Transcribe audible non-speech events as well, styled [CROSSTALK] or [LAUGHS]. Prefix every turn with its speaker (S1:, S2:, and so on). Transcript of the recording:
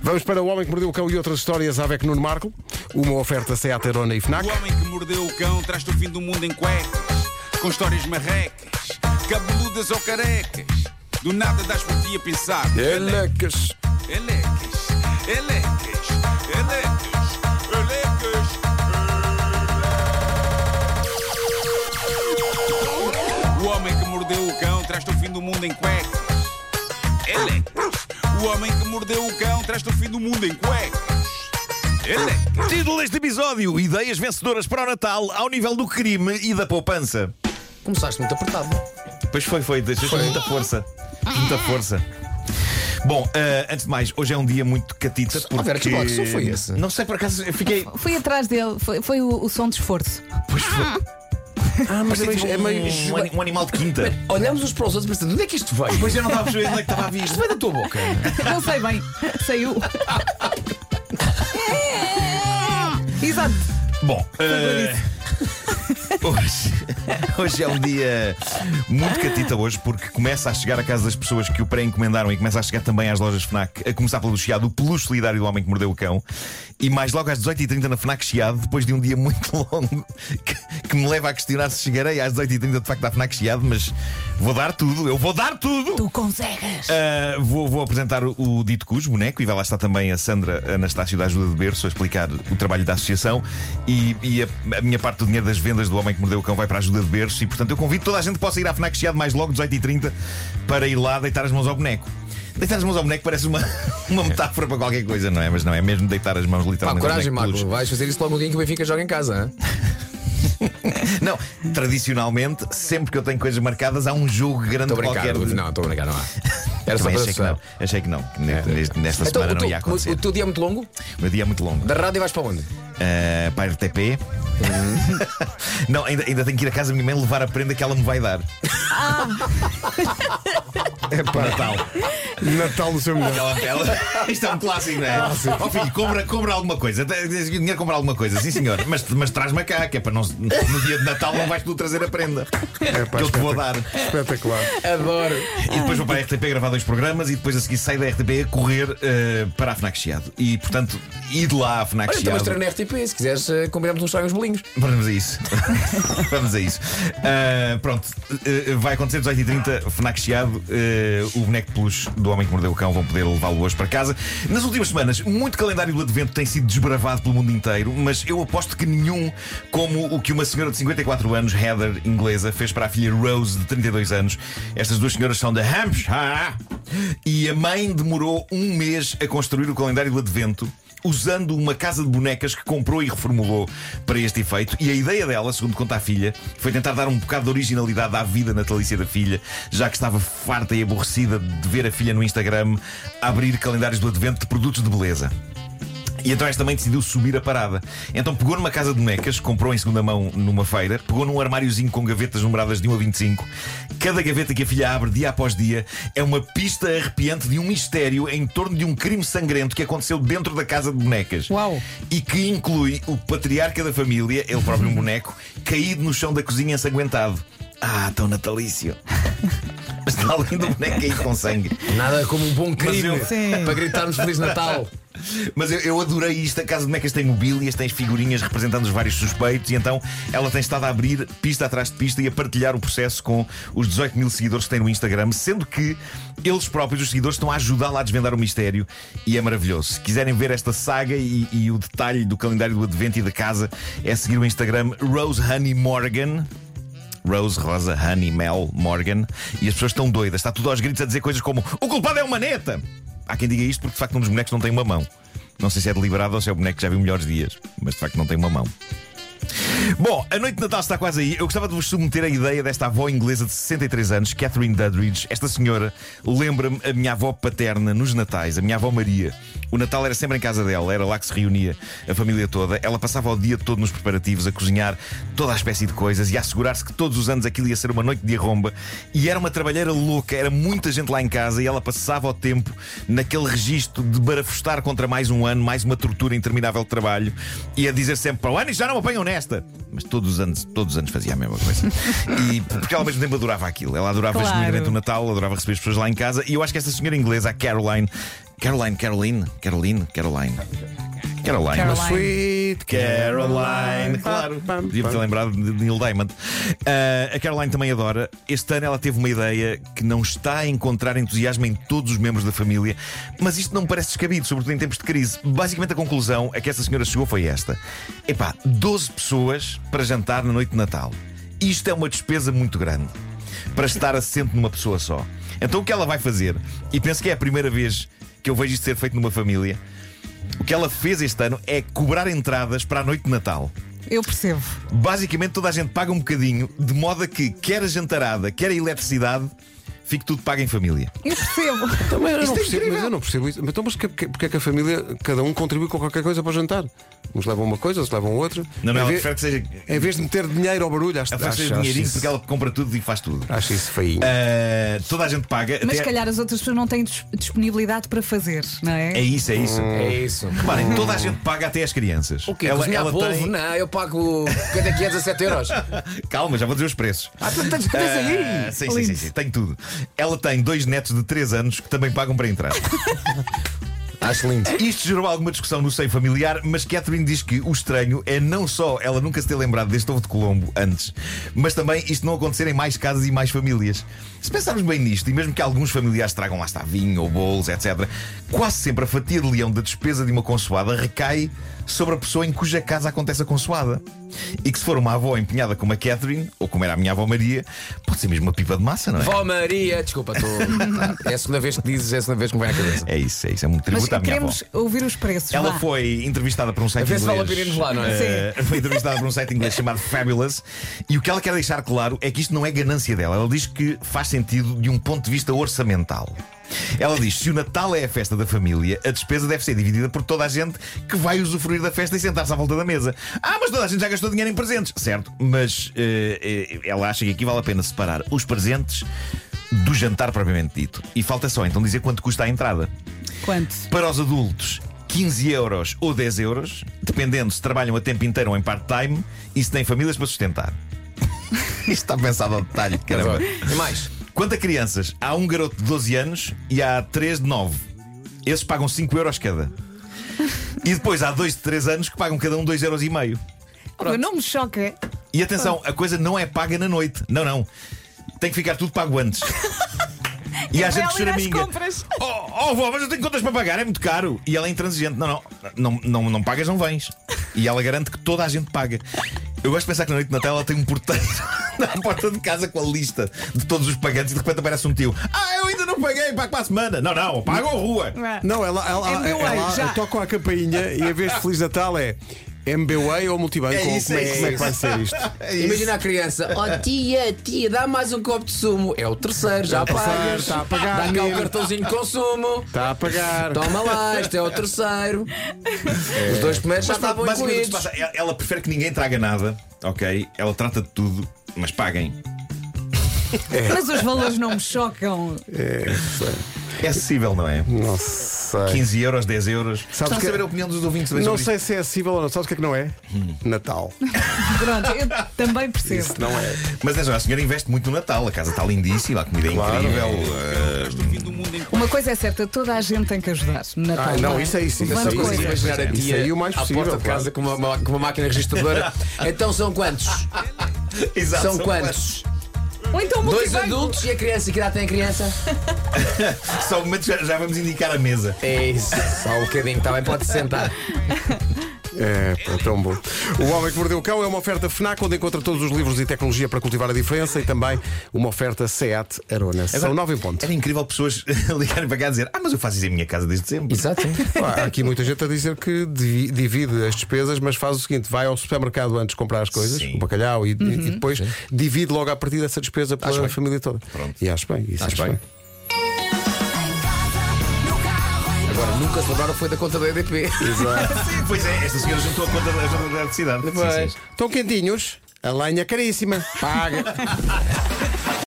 S1: Vamos para O Homem que Mordeu o Cão e outras histórias Avec Nuno Marco. Uma oferta Seat Arona e
S2: O
S1: FNAC.
S2: homem que mordeu o cão traz-te o fim do mundo em cuecas, com histórias marrecas, cabeludas ou carecas. Do nada das por ti a pensar.
S1: É.
S3: é
S1: Elecas.
S2: Elecas, elecas, elecas, elecas. O homem que mordeu o cão traz-te o fim do mundo em cuecas. Elecas. O homem que mordeu o cão traz-te o fim do mundo em cuecas. Elecas.
S4: Título deste episódio: Ideias vencedoras para o Natal ao nível do crime e da poupança.
S3: Começaste muito apertado.
S4: Pois foi, foi, deixaste muita força. Muita força. Bom, eh, antes de mais, hoje é um dia muito catita porque...
S3: Oh, Vera, que boxe som foi esse?
S4: Não sei, por acaso, eu fiquei...
S5: Fui atrás dele, foi, foi o, o som de esforço. [LAUGHS]
S4: Pois foi.
S1: Ah, mas é meio. É
S3: [LAUGHS]
S1: meio...
S4: um, ani- um animal de quinta.
S3: Olhamos uns para os outros e pensando, onde é que isto veio?
S4: Pois eu não estava a perceber onde é que estava a vir
S3: Isto
S4: isto.
S3: veio da tua boca.
S5: Não sei bem, saiu. [LAUGHS] Exato.
S4: Bom, eh, [LAUGHS] hoje, hoje é um dia muito catita hoje porque começa a chegar à casa das pessoas que o pré-encomendaram e começa a chegar também às lojas FNAC, a começar pelo Chiado, o peluche solidário do homem que mordeu o cão. E mais logo às 18h30 na FNAC Chiado, depois de um dia muito longo, [LAUGHS] que, que me leva a questionar se chegarei às 18h30 de facto à FNAC Chiado, mas vou dar tudo, eu vou dar tudo!
S5: Tu consegues.
S4: Uh, vou, vou apresentar o, o Dito Cus, boneco, e vai lá estar também a Sandra Anastácio da Ajuda de Berço a explicar o trabalho da associação. E, e a, a minha parte do dinheiro das vendas do Homem que Mordeu o Cão vai para a Ajuda de Berço. E portanto eu convido toda a gente que possa ir à FNAC Chiado mais logo, 18h30, para ir lá deitar as mãos ao boneco. Deitar as mãos ao boneco parece uma, [LAUGHS] uma metáfora para qualquer coisa, não é? Mas não é mesmo deitar as mãos
S3: Pá,
S4: literalmente
S3: coragem,
S4: ao boneco de
S3: Marco.
S4: peluche.
S3: Vais fazer isso é, logo no dia em que o Benfica joga em casa. hã?
S4: Não, tradicionalmente, sempre que eu tenho coisas marcadas, há um jogo grande
S3: Estou a brincar.
S4: qualquer. de-
S3: Luís. Não, estou a brincar,
S4: [LAUGHS]
S3: não há. Era
S4: Também
S3: só para
S4: achei que
S3: assustar.
S4: não. Achei que não. que ne- neste- Nesta
S3: Então,
S4: semana
S3: o,
S4: não ia
S3: teu,
S4: acontecer.
S3: o teu dia é muito longo?
S4: O meu dia é muito longo.
S3: Da rádio vais para onde?
S4: Uh, para a RTP. [LAUGHS] não, ainda, ainda tenho que ir à casa da minha mãe levar a prenda que ela me vai dar. [LAUGHS]
S1: É pá,
S4: Natal.
S1: Natal no seu melhor.
S4: Ela, ela- Isto é um clássico, não é? Ó filho, compra, compra alguma coisa. Tem- tens O dinheiro compra alguma coisa, sim senhor. Mas, mas traz-me cá, que é para não. se- No dia de Natal não vais tu trazer a prenda.
S1: É pá,
S4: que eu te vou
S1: espetacular.
S4: dar.
S1: Espetacular.
S3: Adoro.
S4: E depois vou para a RTP gravar dois programas e depois a seguir saio da RTP a correr uh, para a Fnac Chiado. E portanto, ir lá à Fnac
S3: Olha, então, estou a
S4: Chiado.
S3: estrear na RTP. Se quiseres, eh, combinamos um chá e uns bolinhos.
S4: Vamos a isso. [LAUGHS] Vamos a isso. Ah, pronto, Eh, vai acontecer 18h30, Fnac Chiado. Eh, o boneco de peluche do homem que mordeu o cão vão poder levá-lo hoje para casa. Nas últimas semanas, muito calendário do advento tem sido desbravado pelo mundo inteiro, mas eu aposto que nenhum, como o que uma senhora de 54 anos, Heather, inglesa, fez para a filha Rose, de 32 anos. Estas duas senhoras são da Hampshire e a mãe demorou um mês a construir o calendário do advento usando uma casa de bonecas que comprou e reformulou para este efeito. E a ideia dela, segundo conta a filha, foi tentar dar um bocado de originalidade à vida natalícia da filha, já que estava farta e aborrecida de ver a filha no Instagram a abrir calendários do advento de produtos de beleza. E então esta mãe decidiu subir a parada. Então pegou numa casa de bonecas, comprou em segunda mão numa feira, pegou num armáriozinho com gavetas numeradas de 1 a 25. Cada gaveta que a filha abre dia após dia é uma pista arrepiante de um mistério em torno de um crime sangrento que aconteceu dentro da casa de bonecas.
S5: Uau.
S4: E que inclui o patriarca da família, ele próprio um boneco, caído no chão da cozinha ensanguentado. Ah, tão natalício. [LAUGHS] Mas está além do boneco caído com sangue.
S3: Nada como um bom crime
S4: eu-
S5: Sim.
S3: para gritarmos Feliz Natal.
S4: Mas eu, eu adorei isto. A Casa de Bonecas tem mobílias, tem figurinhas representando os vários suspeitos, e então ela tem estado a abrir pista atrás de pista e a partilhar o processo com os 18 mil seguidores que tem no Instagram, sendo que eles próprios, os seguidores, estão a ajudá-la a desvendar o mistério e é maravilhoso. Se quiserem ver esta saga e, e o detalhe do calendário do advento e da casa, é seguir o Instagram Rose Honey Morgan. Rose, Rosa, Honey, Mel, Morgan. E as pessoas estão doidas. Está tudo aos gritos a dizer coisas como: O culpado é uma neta! Há quem diga isto porque de facto um dos bonecos não tem uma mão. Não sei se é deliberado ou se é o boneco que já viu melhores dias, mas de facto não tem uma mão. Bom, a noite de Natal está quase aí. Eu gostava de vos submeter a ideia desta avó inglesa de 63 anos, Catherine Dudridge. Esta senhora lembra-me a minha avó paterna nos Natais, a minha avó Maria. O Natal era sempre em casa dela, era lá que se reunia a família toda. Ela passava o dia todo nos preparativos, a cozinhar toda a espécie de coisas e a assegurar-se que todos os anos aquilo ia ser uma noite de arromba. E era uma trabalheira louca, era muita gente lá em casa e ela passava o tempo naquele registro de barafustar contra mais um ano, mais uma tortura interminável de trabalho e a dizer sempre para o ano e já não me apanham nesta. Mas todos os anos, todos os anos fazia a mesma coisa. E porque ela ao mesmo tempo adorava aquilo. Ela adorava
S5: Claro.
S4: genuinamente o Natal, adorava receber as pessoas lá em casa. E eu acho que esta senhora inglesa, a Caroline, Caroline, Caroline, Caroline, Caroline. Caroline.
S5: Caroline.
S1: Sweet
S4: Caroline, claro.
S1: Pam, pam,
S4: Podia ter
S1: pam.
S4: lembrado de Neil Diamond. Ah, a Caroline também adora. Este ano ela teve uma ideia que não está a encontrar entusiasmo em todos os membros da família, mas isto não me parece descabido, sobretudo em tempos de crise. Basicamente, a conclusão a que essa senhora chegou foi esta: epá, 12 pessoas para jantar na noite de Natal. Isto é uma despesa muito grande para estar assente numa pessoa só. Então, o que ela vai fazer? E penso que é a primeira vez que eu vejo isto ser feito numa família. O que ela fez este ano é cobrar entradas para a noite de Natal.
S5: Eu percebo.
S4: Basicamente, toda a gente paga um bocadinho, de modo a que quer a jantarada, quer a eletricidade, fique tudo pago em família.
S5: Eu percebo.
S1: Mas eu, não
S5: Isto é
S1: percebo,
S5: incrível.
S1: mas eu não percebo isso. Mas Então, mas que- que- porque é que a família, cada um contribui com qualquer coisa para o jantar? Uns levam uma coisa, outros levam outra.
S4: Não, não,
S1: em,
S4: ela
S1: vez,
S4: prefere que seja.
S1: em vez de meter dinheiro ao barulho, acho,
S4: Ela prefere que
S1: acho,
S4: seja
S1: acho
S4: dinheirinho
S1: isso,
S4: porque ela compra tudo e faz tudo.
S1: acho isso feinho.
S4: Ah, toda a gente paga.
S5: Mas se
S4: até-
S5: calhar as outras pessoas não têm dis- disponibilidade para fazer, não
S4: É
S5: é?
S4: isso, é isso.
S3: É isso.
S4: Reparem, toda a gente paga até as crianças.
S3: O quê?
S4: Ela,
S3: Cozinhar
S4: ela
S3: polvo? né?
S4: tem.
S3: Não, eu pago 50 517 euros.
S4: Calma, já vou dizer os preços.
S3: Ah, tu tens tens
S4: Ah,
S3: aí.
S4: sim, sim, sim, sim, tenho tudo. Ela tem dois netos de 3 anos que também pagam para entrar.
S3: Acho lindo.
S4: Isto gerou alguma discussão no seio familiar, mas Catherine diz que o estranho é não só ela nunca se ter lembrado deste ovo de Colombo antes, mas também isto não acontecer em mais casas e mais famílias. Se pensarmos bem nisto, e mesmo que alguns familiares tragam lá está vinho ou bolos, etc., quase sempre a fatia de leão da despesa de uma consoada recai sobre a pessoa em cuja casa acontece a consoada. E que se for uma avó empenhada como a Catherine, ou como era a minha avó Maria, pode ser mesmo uma pipa de massa, não é?
S3: Vó Maria, desculpa, tô... é a segunda vez que dizes, é a segunda vez que me vem à cabeça.
S4: É isso, é isso, é um tributo
S5: Mas
S4: à minha avó.
S5: queremos ouvir os preços.
S4: Ela
S5: vá.
S4: foi entrevistada por um site
S3: A ver se
S4: inglês.
S3: vale a pena irmos lá, não é?
S4: Eh, foi entrevistada por um site inglês chamado Fabulous. E o que ela quer deixar claro é que isto não é ganância dela. Ela diz que faz sentido de um ponto de vista orçamental. Ela diz: se o Natal é a festa da família, a despesa deve ser dividida por toda a gente que vai usufruir da festa e sentar-se à volta da mesa. Ah, mas toda a gente já gastou dinheiro em presentes. Certo, mas eh, eh, ela acha que aqui vale a pena separar os presentes do jantar propriamente dito. E falta só então dizer quanto custa a entrada.
S5: Quanto?
S4: Para os adultos, 15 euros ou 10 euros, dependendo se trabalham a tempo inteiro ou em part-time e se têm famílias para sustentar. [LAUGHS] Isto está pensado ao detalhe, caramba.
S3: E mais?
S4: Quanto a crianças, há um garoto de 12 anos e há 3 de 9. Esses pagam 5 euros cada. E depois há dois de 3 anos que pagam cada um 2,5 euros. E meio.
S5: Eu não me choca.
S4: E atenção, a coisa não é paga na noite. Não, não. Tem que ficar tudo pago antes. E há gente que
S5: Vai ela ir às
S4: choraminga.
S5: compras.
S4: Oh, oh, vó, mas eu tenho contas para pagar, é muito caro. E ela é intransigente. Não, não, não, não, não pagas, não vens. E ela garante que toda a gente paga. Eu gosto de pensar que na noite de Natal ela tem um porteiro [LAUGHS] na porta de casa com a lista de todos os pagantes e de repente aparece um tio. Ah, eu ainda não paguei, pago para a semana. Não, não, pago à rua.
S1: Não, ela, ela,
S5: É meu
S1: ela-
S5: ex, já.
S1: ela toca a campainha e a vez de Feliz Natal é MBWay ou Multibanco?
S4: É
S1: ou
S4: isso,
S1: como,
S4: é
S1: é, como é que
S4: isso.
S1: vai ser isto?
S3: [LAUGHS]
S4: É isso.
S3: Imagina a criança, oh tia, tia, dá mais um copo de sumo. É o terceiro, já pagas.
S1: está a pagar,
S3: Dá cá o
S1: menino.
S3: cartãozinho de consumo.
S1: Está a pagar.
S3: Toma lá, este é o terceiro. Os dois primeiros já
S4: Mas pronto, basicamente o
S3: estavam
S4: que se
S3: incluídos.
S4: passa, ela- ela prefere que ninguém traga nada, ok? Ela trata de tudo, mas paguem.
S5: Mas os valores não me chocam.
S4: É acessível, não é?
S1: Não sei.
S4: 15 euros, 10 euros. Está a
S1: que-
S4: saber a opinião dos ouvintes sobre
S1: Não
S4: isto?
S1: sei se é acessível ou não. Sabes o que é que não é?
S4: Hum.
S1: Natal.
S5: Pronto, eu também percebo.
S1: Não é.
S4: Mas atenção, a senhora investe muito no Natal, a casa está lindíssima, a comida é incrível. eh,
S2: Traz-te o fim do mundo em
S5: Uma coisa é certa, toda a gente tem que ajudar no Natal.
S1: Ah, não, isso é isso.
S3: Eu
S1: Isso
S3: só
S1: é
S3: consigo
S1: isso.
S3: imaginar a
S1: Isso
S3: tia
S1: aí o
S4: é
S1: mais
S3: à
S1: possível,
S3: porta de
S1: claro.
S3: casa com uma, ma- com uma máquina registradora. [LAUGHS] então são quantos?
S4: Exato,
S3: São quantos?
S5: Ou então
S3: Dois
S5: multibanco.
S3: adultos e a criança. E que idade tem a criança?
S4: Só um momento já, já vamos indicar a mesa.
S3: É isso. Só um bocadinho, também pode sentar.
S1: É, pá, tão bom. O Homem que Mordeu o Cão é uma oferta FNAC onde encontra todos os livros e tecnologia para cultivar a diferença e também uma oferta SEAT Arona. São
S4: Agora,
S1: nove em ponto.
S4: Era incrível pessoas [LAUGHS] ligarem para cá e dizer: Ah, mas eu faço isso em minha casa desde sempre. [LAUGHS]
S3: Exato.
S1: Há aqui muita gente a dizer que divi- divide as despesas, mas faz o seguinte: vai ao supermercado antes de comprar as coisas,
S4: Sim. Uhum.
S1: o bacalhau, e, e depois divide logo a partir dessa despesa pela família toda. E acho bem, isso acho, bem.
S3: Agora, nunca se lembraram foi da conta da EDP.
S4: Pois é, esta senhora juntou a conta da da eletricidade. Sim, sim.
S1: Estão quentinhos? A lenha caríssima. Paga.